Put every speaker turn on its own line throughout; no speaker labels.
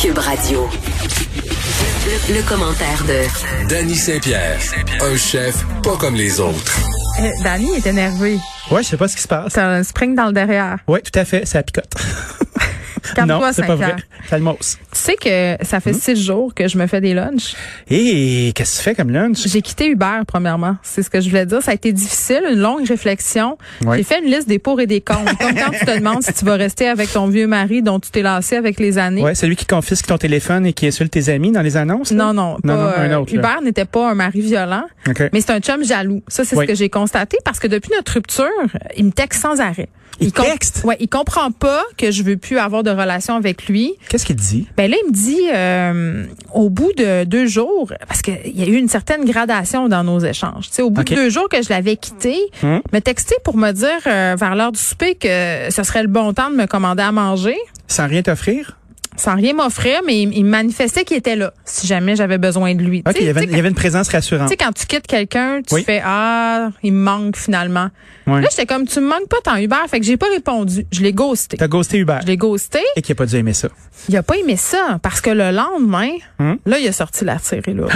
Cube Radio. Le, le commentaire de
Danny Saint-Pierre, un chef pas comme les autres.
Euh, Danny est énervé.
Ouais, je sais pas ce qui se passe.
C'est un spring dans le derrière.
Ouais, tout à fait, ça picote. non,
Calme-toi,
c'est pas vrai. Hmm?
Saint-Pierre.
Calmos.
Tu sais que ça fait six jours que je me fais des lunchs.
Et qu'est-ce que tu fais comme lunch?
J'ai quitté Uber, premièrement. C'est ce que je voulais dire. Ça a été difficile, une longue réflexion.
Ouais.
J'ai fait une liste des pour et des contre. Comme quand tu te demandes si tu vas rester avec ton vieux mari dont tu t'es lassé avec les années.
Ouais, celui qui confisque ton téléphone et qui insulte tes amis dans les annonces? là?
Non, non,
Non,
pas,
non, un
euh,
autre. là.
Hubert n'était pas un mari violent,
OK.
mais c'est un chum jaloux. Ça, c'est
Oui.
ce que j'ai constaté parce que depuis notre rupture, il me texte sans arrêt.
Il
com-
texte?
Ouais, il comprend pas que je veux plus avoir de relation avec lui.
Qu'est-ce qu'il dit?
Ben là, il me dit, euh, au bout de deux jours, parce qu'il y a eu une certaine gradation dans nos échanges. Tu sais, au bout
Ok.
de deux jours que je l'avais quitté,
Hum.
me texter pour me dire euh, vers l'heure du souper que ce serait le bon temps de me commander à manger,
Sans rien t'offrir?
sans rien m'offrir, mais il, il me manifestait qu'il était là, si jamais j'avais besoin de lui.
OK,
Tu
il y
sais,
avait,
tu sais,
il y avait une présence
tu
rassurante.
sais, quand tu quittes quelqu'un, tu
Oui.
fais Ah, il me manque finalement.
Ouais.
Là, j'étais comme tu me manques pas tant Hubert, fait que j'ai pas répondu. Je l'ai ghosté.
T'as ghosté Hubert.
Je l'ai ghosté.
Et qui a pas dû aimer ça.
Il a pas aimé ça parce que le lendemain,
Hum.
là, il a sorti la tirée là.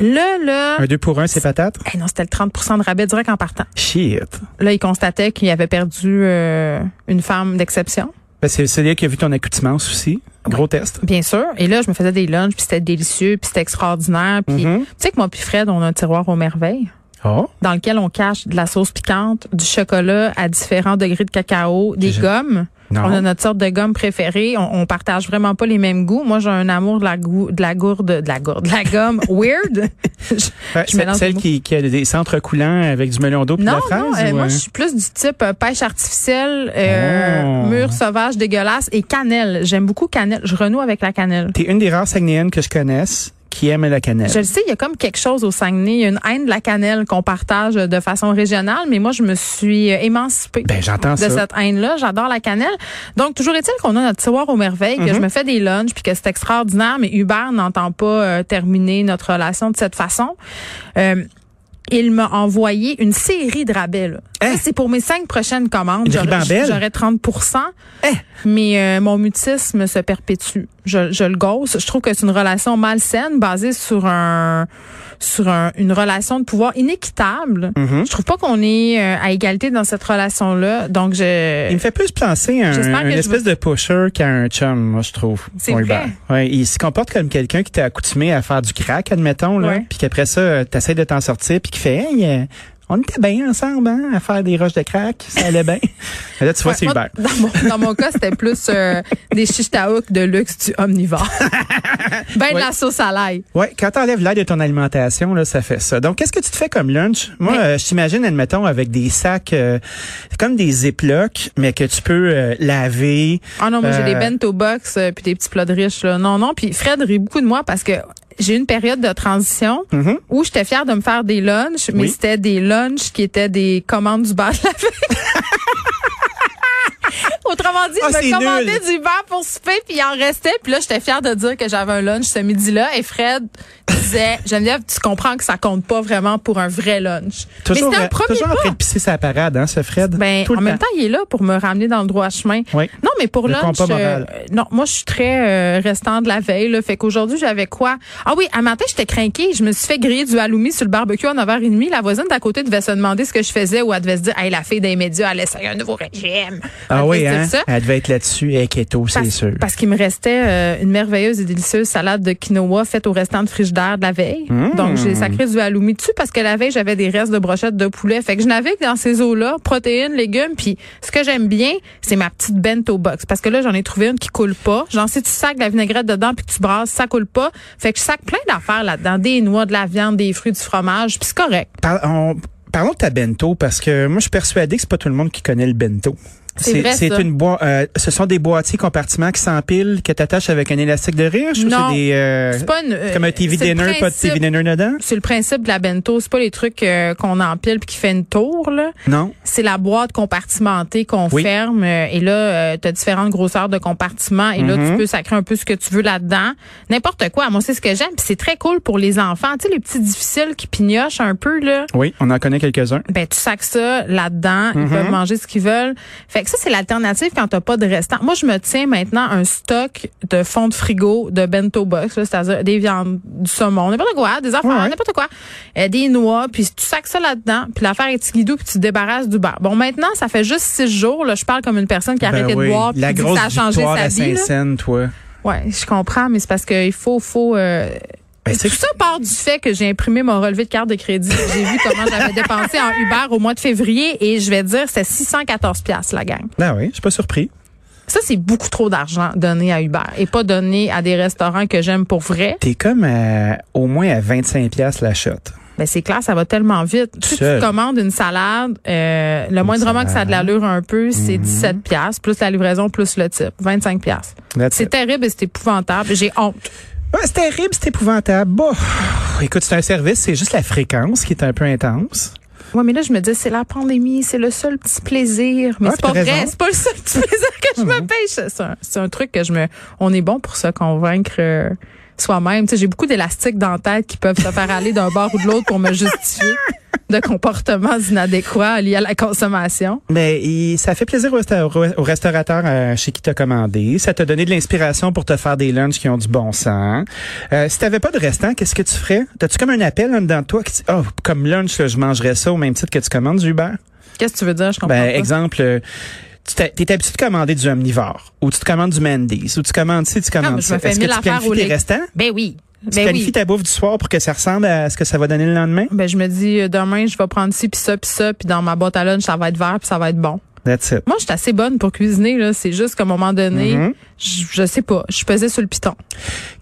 Là, là.
Un deux pour un, c'est patate?
Eh non, c'était le 30 de rabais direct en partant.
Shit.
Là, il constatait qu'il avait perdu euh, une femme d'exception,
Ben, c'est celui qui a vu ton accoutumance aussi. Gros test.
bien sûr. Et là, je me faisais des lunchs, puis c'était délicieux, puis c'était extraordinaire. Puis
Mhm.
tu sais que moi, puis Fred, on a un tiroir aux merveilles.
Oh.
dans lequel on cache de la sauce piquante, du chocolat à différents degrés de cacao, des
Je-
gommes.
Non.
On a notre sorte de gomme préférée. On, on partage vraiment pas les mêmes goûts. Moi, j'ai un amour de la, gou- de la gourde, de la gourde, de la gomme weird. Je-
Ouais,
je mélange
c'est
les
celle
mots.
qui, qui a des centres coulants avec du melon d'eau puis de
Non,
la fraise?
non, euh,
ou,
moi
euh,
je suis plus du type euh, pêche artificielle, euh,
Oh.
mur sauvage dégueulasse et cannelle. J'aime beaucoup cannelle. Je renoue avec la cannelle.
T'es une des rares Saguenéennes que je connaisse qui aime la cannelle.
Je le sais, il y a comme quelque chose au Saguenay, il y a une haine de la cannelle qu'on partage de façon régionale, mais moi je me suis euh, émancipée.
Ben, j'entends
de
ça.
cette haine-là. J'adore la cannelle. Donc, toujours est-il qu'on a notre tiroir aux merveilles,
Mm-hmm.
que je me fais des lunchs, puis que c'est extraordinaire, mais Hubert n'entend pas euh, terminer notre relation de cette façon. Euh, il m'a envoyé une série de rabais. là. Ça,
Hein?
C'est pour mes cinq prochaines commandes.
Une Hein?
J'aurais
ribambelle?
j'aurais 30 mais euh, mon mutisme se perpétue. Je, je le gosse. Je trouve que c'est une relation malsaine basée sur un sur un- une relation de pouvoir inéquitable.
Mm-hmm.
Je trouve pas qu'on est euh, à égalité dans cette relation-là. Donc
Il
je
me fait plus penser à
J'espère
un,
que
une
je
espèce de pusher qu'à un chum, moi, je trouve.
C'est
mon
vrai.
Hubert. Ouais, il se comporte comme quelqu'un qui t'est accoutumé à faire du crack, admettons, là.
Ouais.
Puis qu'après ça, euh, t'essaies de t'en sortir, puis qui fait, hey, euh, on était bien ensemble, hein, à faire des roches de crack, ça allait bien. Mais là, tu vois, c'est
Ouais,
Hubert.
moi, Dans mon, dans mon cas, c'était plus euh, des shish taouk de luxe du omnivore. ben de
Ouais.
la sauce à l'ail.
Ouais, quand t'enlèves l'aide de ton alimentation, là, ça fait ça. Donc, qu'est-ce que tu te fais comme lunch? Moi,
Mais-
euh, je t'imagine, admettons, avec des sacs, euh, comme des ziplocs, mais que tu peux euh, laver.
Ah non, moi j'ai
Euh,
des bento box euh, puis des petits plats de riches là. Non non, puis Fred rit beaucoup de moi parce que j'ai eu une période de transition
Mhm.
où j'étais fière de me faire des lunchs, mais
Oui.
c'était des lunchs qui étaient des commandes du bar de la veille. Autrement dit,
Ah,
je
c'est
me commandais
nul.
du bar pour souper, puis il en restait. Puis là, j'étais fière de dire que j'avais un lunch ce midi-là. Et Fred disait, Geneviève, tu comprends que ça compte pas vraiment pour un vrai lunch.
Toujours,
mais c'était un
euh,
premier
toujours en train de pisser sa parade, hein, ce Fred?
ben,
Tout le
en même temps, il est là pour me ramener dans le droit chemin.
Oui.
Non, mais pour
Le
lunch,
compas moral.
euh, non, moi, je suis très euh, restant de la veille. Là, fait qu'aujourd'hui, j'avais quoi? Ah oui, à matin, j'étais craquée. Je me suis fait griller du halloumi sur le barbecue à 9h30. La voisine d'à côté devait se demander ce que je faisais ou elle devait se dire, hey, la fille des médias, elle essaye un nouveau régime.
Ah
Elle
oui,
devait se
hein?
dire ça.
Elle devait être là-dessus, et keto, c'est
Parce,
sûr.
parce qu'il me restait euh, une merveilleuse et délicieuse salade de quinoa faite au restant de frigidaire de la veille.
Mmh.
Donc, j'ai sacré du halloumi dessus parce que la veille, j'avais des restes de brochettes de poulet. Fait que je navigue dans ces eaux-là, protéines, légumes. Puis, ce que j'aime bien, c'est ma petite bento box. Parce que là, j'en ai trouvé une qui coule pas. Genre, si tu sacs de la vinaigrette dedans puis que tu brasses, ça coule pas. Fait que je sac plein d'affaires là-dedans. Des noix, de la viande, des fruits, du fromage. Puis c'est correct.
Par- on- parlons de ta bento, parce que moi, je suis persuadé que c'est pas tout le monde qui connaît le bento.
C'est vrai, ça.
une boîte. euh, ce sont des boîtiers compartiments qui s'empilent, que t'attaches avec un élastique de rire. Je
Non.
c'est des. euh,
C'est pas une, euh,
comme un TV
c'est le
dinner, pas de TV
principe-
dinner dedans.
C'est le principe de la bento. C'est pas les trucs euh, qu'on empile puis qui fait une tour, là.
Non.
c'est la boîte compartimentée qu'on
Oui.
ferme euh, et là tu as différentes grosseurs de compartiments et là tu peux sacrer un peu ce que tu veux là-dedans n'importe quoi moi c'est ce que j'aime puis c'est très cool pour les enfants tu sais les petits difficiles qui pignochent un peu là
Oui, on en connaît quelques-uns. Mm-hmm.
ben tu sacs ça là-dedans ils peuvent manger ce qu'ils veulent fait Fait que ça, c'est l'alternative quand t'as pas de restant. Moi, je me tiens maintenant un stock de fonds de frigo, de bento box, là, c'est-à-dire des viandes, du saumon, n'importe quoi, des enfants,
Ouais, ouais.
n'importe quoi, euh, des noix, puis tu sacs ça là-dedans, puis l'affaire est guidou, puis tu te débarrasses du beurre. Bon, maintenant, ça fait juste six jours, là, je parle comme une personne qui a arrêté de boire, puis
Ben La
qui dit que
grosse
ça a changé
victoire
sa
à
vie. là.
Saint-Saëns, toi.
Ouais, je comprends, mais c'est parce qu'il faut, faut. euh,
Ben, c'est
tout
que-
ça part du fait que j'ai imprimé mon relevé de carte de crédit. J'ai vu comment j'avais dépensé en Uber au mois de février et je vais te dire, c'est 614 pièces la gang.
Ah oui, je suis pas surpris.
Ça, c'est beaucoup trop d'argent donné à Uber et pas donné à des restaurants que j'aime pour vrai.
T'es comme à- au moins à 25 pièces la shot.
Ben, c'est clair, ça va tellement vite. Tu, sais,
Seul.
tu commandes une salade, euh, le moindrement que ça a de l'allure un peu, c'est
Mhm.
17 pièces plus la livraison, plus le type, 25 pièces.
That's
C'est
it.
terrible et c'est épouvantable. J'ai honte.
Ouais, c'est terrible, c'est épouvantable. Bah, écoute, c'est un service, c'est juste la fréquence qui est un peu intense.
Oui, mais là, je me dis, c'est la pandémie, c'est le seul petit plaisir. Mais
Ah,
c'est pas
t'as raison. Ah
vrai, c'est pas le seul petit plaisir que je me pêche. C'est un, c'est un truc que je me. On est bon pour se convaincre euh, soi-même. Tu sais, j'ai beaucoup d'élastiques dans la tête qui peuvent se faire aller d'un bord ou de l'autre pour me justifier de comportements inadéquats liés à la consommation.
Mais il- ça fait plaisir au, resta- au restaurateur euh, chez qui t'as commandé. Ça t'a donné de l'inspiration pour te faire des lunchs qui ont du bon sens. Euh, si t'avais pas de restant, qu'est-ce que tu ferais? T'as-tu comme un appel en dedans de toi qui dit, oh, comme lunch, là, je mangerais ça au même titre que tu commandes du Uber?
Qu'est-ce que tu veux dire? Je comprends.
Ben,
pas.
exemple, euh, tu t'es t'es habitué de commander du omnivore, ou tu te commandes du Mendy's, ou tu commandes ci, tu
Ah,
commandes
mais je
ça.
me fais
Est-ce
mille
que tu
affaires au
planifies tes
lait.
restants?
Ben oui.
Tu
Ben
planifies
oui.
ta bouffe du soir pour que ça ressemble à ce que ça va donner le lendemain?
Ben, je me dis, euh, demain, je vais prendre ci, puis ça, puis ça, puis dans ma boîte à lunch, ça va être vert, puis ça va être bon.
That's it.
Moi, je suis assez bonne pour cuisiner. là. C'est juste qu'à un moment donné,
Mm-hmm.
je, je sais pas, je pesais sur le piton.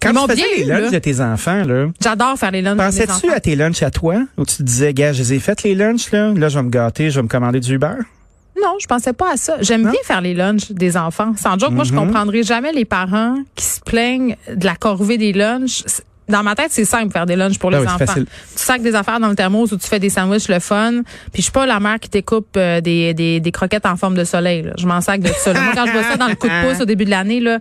Quand
Ils m'ont
tu faisais
bien
les
eu, là.
lunchs de tes enfants, là,
J'adore faire les lunchs. de mes
pensais-tu
enfants.
à tes lunchs à toi? Ou tu te disais, gars, je les ai faites les lunchs, là, là, je vais me gâter, je vais me commander du Uber?
Non, je pensais pas à ça. J'aime bien faire les lunchs des enfants. Sans joke,
Mhm.
moi, je comprendrai jamais les parents qui se plaignent de la corvée des lunchs. C'est- Dans ma tête, c'est simple faire des lunchs pour
Ah
les
oui, c'est
enfants.
facile.
Tu sacs des affaires dans le thermos ou tu fais des sandwichs le fun. Puis je suis pas la mère qui découpe euh, des, des, des croquettes en forme de soleil. là. Je m'en sac de ça. là. Moi, quand je vois ça dans le coup de pouce au début de l'année, là,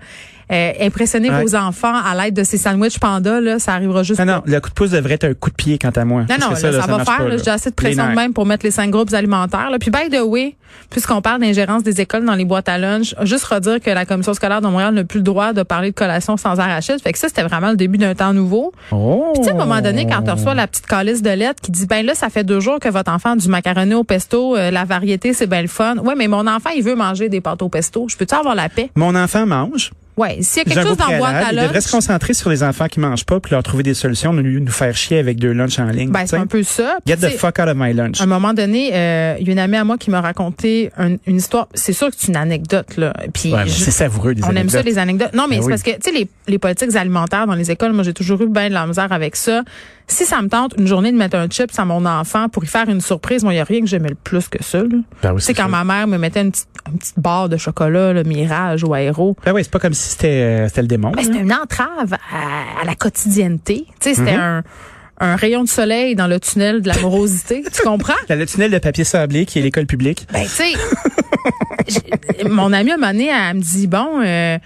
euh, impressionner
Ouais.
vos enfants à l'aide de ces sandwichs panda, là, ça arrivera juste
Non,
pas.
non, le coup de pouce devrait être un coup de pied, quant à moi.
Non,
Parce
non,
que
là, ça, va
marche
faire.
pas,
là.
là.
J'ai assez de
Les
pression de
nerfs.
même pour mettre les cinq groupes alimentaires. là. Puis, by the way, puisqu'on parle d'ingérence des écoles dans les boîtes à lunch, juste redire que la commission scolaire de Montréal n'a plus le droit de parler de collation sans arachide. Fait que ça, c'était vraiment le début d'un temps nouveau.
Oh!
Puis, tu sais, à un moment donné, quand on reçoit la petite calice de lettres qui dit, ben là, ça fait deux jours que votre enfant a du macaroni au pesto, euh, la variété, c'est bien le fun. Ouais, mais mon enfant, il veut manger des pâtes au pesto. Je peux-tu avoir la paix?
Mon enfant mange.
Ouais. S'il y a quelque
J'avoue
chose dans la boîte
préalable,
à
Il devrait se
lunch.
concentrer sur les enfants qui mangent pas puis leur trouver des solutions, nous, nous faire chier avec deux lunchs en ligne.
Ben,
tu
c'est
sais.
un peu ça. Puis,
Get
tu
the
sais,
fuck out of my lunch.
À un moment donné, euh, il y a une amie à moi qui m'a raconté un- une histoire. C'est sûr que c'est une anecdote, là. Puis
Ouais, mais
je-
c'est savoureux, des
on aime ça,
anecdotes.
les anecdotes. Non, mais
Ben
c'est
oui.
parce que, tu sais, les, les politiques alimentaires dans les écoles, moi, j'ai toujours eu bien de la misère avec ça. Si ça me tente une journée de mettre un chips à mon enfant pour y faire une surprise, moi, il n'y a rien que j'aimais le plus que ça, là.
Ben oui,
tu sais,
c'est
quand
sûr.
ma mère me mettait une petite, une petite barre de chocolat, le Mirage ou Aéro,
Ben oui, c'est pas comme si c'était euh, c'était le démon.
ben,
là.
c'était une entrave à, à la quotidienneté. Tu sais,
Mm-hmm.
c'était un, un rayon de soleil dans le tunnel de l'amorosité. tu comprends?
Dans le tunnel de papier sablé qui est l'école publique.
Ben, tu sais, j'ai- mon amie, à un moment donné, elle me dit, bon, euh,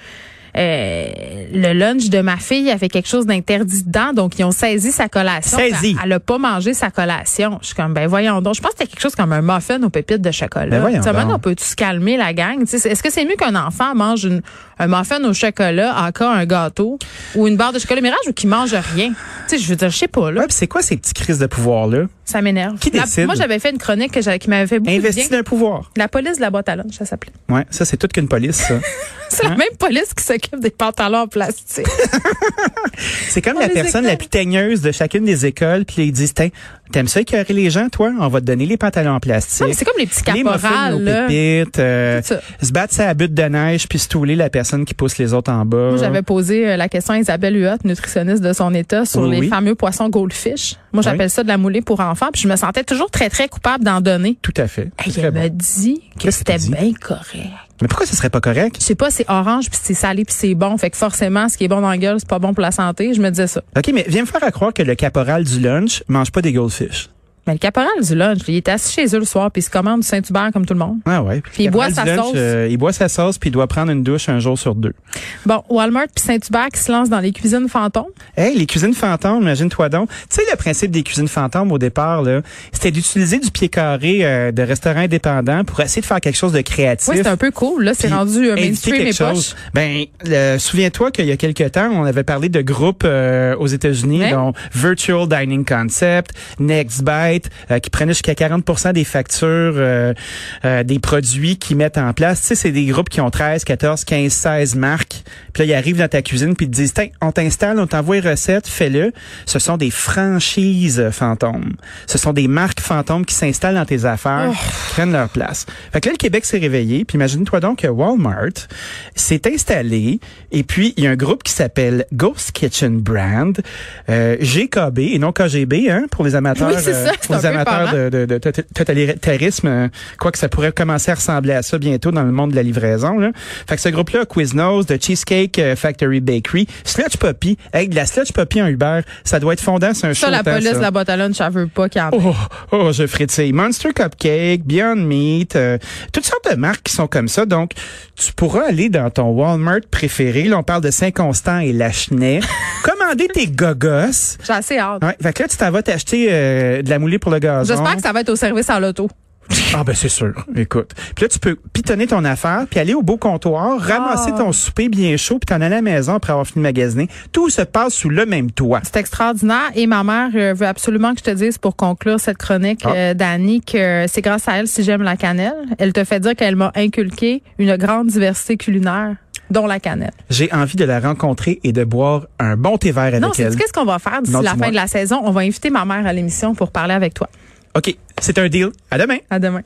euh, le lunch de ma fille avait quelque chose d'interdit dedans, donc ils ont saisi sa collation.
Saisi.
Elle- Elle n'a pas mangé sa collation. Je suis comme, ben voyons donc. Je pense que c'était quelque chose comme un muffin aux pépites de chocolat.
Ben, voyons
Tu sais, à un moment
donc.
donné, on peut-tu se calmer, la gang? Tu sais, c'est- Est-ce que c'est mieux qu'un enfant mange une- un muffin au chocolat, encore un gâteau, ou une barre de chocolat mirage, ou qu'il mange rien? Tu sais, je veux dire, je sais pas, là.
Ouais, puis c'est quoi ces petits crises de pouvoir-là?
Ça m'énerve.
Qui
La-
décide?
Moi, j'avais fait une chronique que j'avais- qui m'avait fait beaucoup de bien.
Investir d'un pouvoir.
La police de la boîte à lunch, ça s'appelait.
Ouais, ça, c'est toute qu'une police, ça.
C'est
Hein?
la même police qui s'occupe des pantalons en plastique.
c'est comme
Dans
la
les
personne
écoles.
la plus teigneuse de chacune des écoles, puis ils disent, Tiens, t'aimes ça écœurer les gens, toi? On va te donner les pantalons en
Non, mais
plastique.
c'est comme les petits
les muffins
caporales.
aux
là.
pépites, euh,
Tout ça.
se battre sa butte de neige, puis stouler la personne qui pousse les autres en bas.
Moi, j'avais posé euh, la question à Isabelle Huot, nutritionniste de son état, sur
Oui,
les
oui.
fameux poissons goldfish. Moi, j'appelle ça de la moulée pour enfants, puis je me sentais toujours très, très coupable d'en donner.
Tout à fait.
Hey,
Très
elle
bon.
me dit que
Qu'est-ce
c'était
qu'elle dit?
bien correct.
Mais pourquoi ce serait pas correct?
Je sais pas, c'est orange, puis c'est salé, puis c'est bon. Fait que forcément, ce qui est bon dans la gueule, c'est pas bon pour la santé. Je me disais ça.
OK, mais viens me faire à croire que le caporal du lunch mange pas des goldfish.
Mais le caporal du lunch, il est assis chez eux le soir, puis il se commande du Saint-Hubert comme tout le monde.
Ah ouais. Puis
Puis il
après
boit
le
sa
lunch,
sauce.
euh, il boit sa sauce puis il doit prendre une douche un jour sur deux.
Bon, Walmart puis Saint-Hubert qui se lancent dans les cuisines fantômes.
Hey, les cuisines fantômes, imagine-toi donc. Tu sais, le principe des cuisines fantômes au départ, là, c'était d'utiliser du pied carré euh, de restaurants indépendants pour essayer de faire quelque chose de créatif.
Oui, c'est un peu cool. Là, c'est
Puis
rendu euh,
inviter
mainstream et
quelque
poche.
chose. Ben, le- souviens-toi qu'il y a quelques temps, on avait parlé de groupes euh, aux États-Unis,
Ouais.
dont Virtual Dining Concept, Next Bite, euh, qui prenaient jusqu'à 40 des factures euh, euh, des produits qu'ils mettent en place. Tu sais, c'est des groupes qui ont 13, 14, 15, 16 marques. Puis là, ils arrivent dans ta cuisine puis ils te disent, Tiens, on t'installe, on t'envoie les recettes, fais-le. Ce sont des franchises fantômes. euh, Ce sont des marques fantômes qui s'installent dans tes affaires,
Oh.
qui prennent leur place. Fait que là, le Québec s'est réveillé. Puis imagine-toi donc que Walmart s'est installé. Et puis, il y a un groupe qui s'appelle Ghost Kitchen Brand, euh, GKB, et non KGB, hein, pour les amateurs,
Oui, c'est ça, c'est
pour les
un peu
amateurs de, de, de tot- totalitarisme, euh, quoique ça pourrait commencer à ressembler à ça bientôt dans le monde de la livraison. Là. Fait que ce groupe-là, Quiznos, The Cheesecake euh, Factory Bakery, Sludge Poppy, avec de la Sludge Poppy en Uber, ça doit être fondant, c'est un
Ça,
show
la
autant,
police,
ça.
la boîte à lunch, elle veut pas qu'il y en ait.
Oh, oh, je frétille. Monster Cupcake, Beyond Meat, euh, toutes sortes de marques qui sont comme ça. Donc, tu pourras aller dans ton Walmart préféré. Là, on parle de Saint-Constant et Lachenay. commander tes gogos.
J'ai assez hâte.
Ouais, fait que là, tu t'en vas t'acheter euh, de la moulée pour le gazon.
J'espère que ça va être au service à l'auto.
Ah ben c'est sûr. Écoute. Puis là tu peux pitonner ton affaire, puis aller au beau comptoir, ramasser
Ah.
ton souper bien chaud, puis t'en aller à la maison après avoir fini de magasiner. Tout se passe sous le même toit.
C'est extraordinaire. Et ma mère euh, veut absolument que je te dise pour conclure cette chronique,
Ah.
euh, Dani, que c'est grâce à elle si j'aime la cannelle. Elle te fait dire qu'elle m'a inculqué une grande diversité culinaire, dont la cannelle.
J'ai envie de la rencontrer et de boire un bon thé vert avec
non,
elle.
c'est qu'est-ce qu'on va faire d'ici
Non,
la
dis-moi.
fin de la saison? On va inviter ma mère à l'émission pour parler avec toi.
OK, c'est un deal. À demain.
À demain.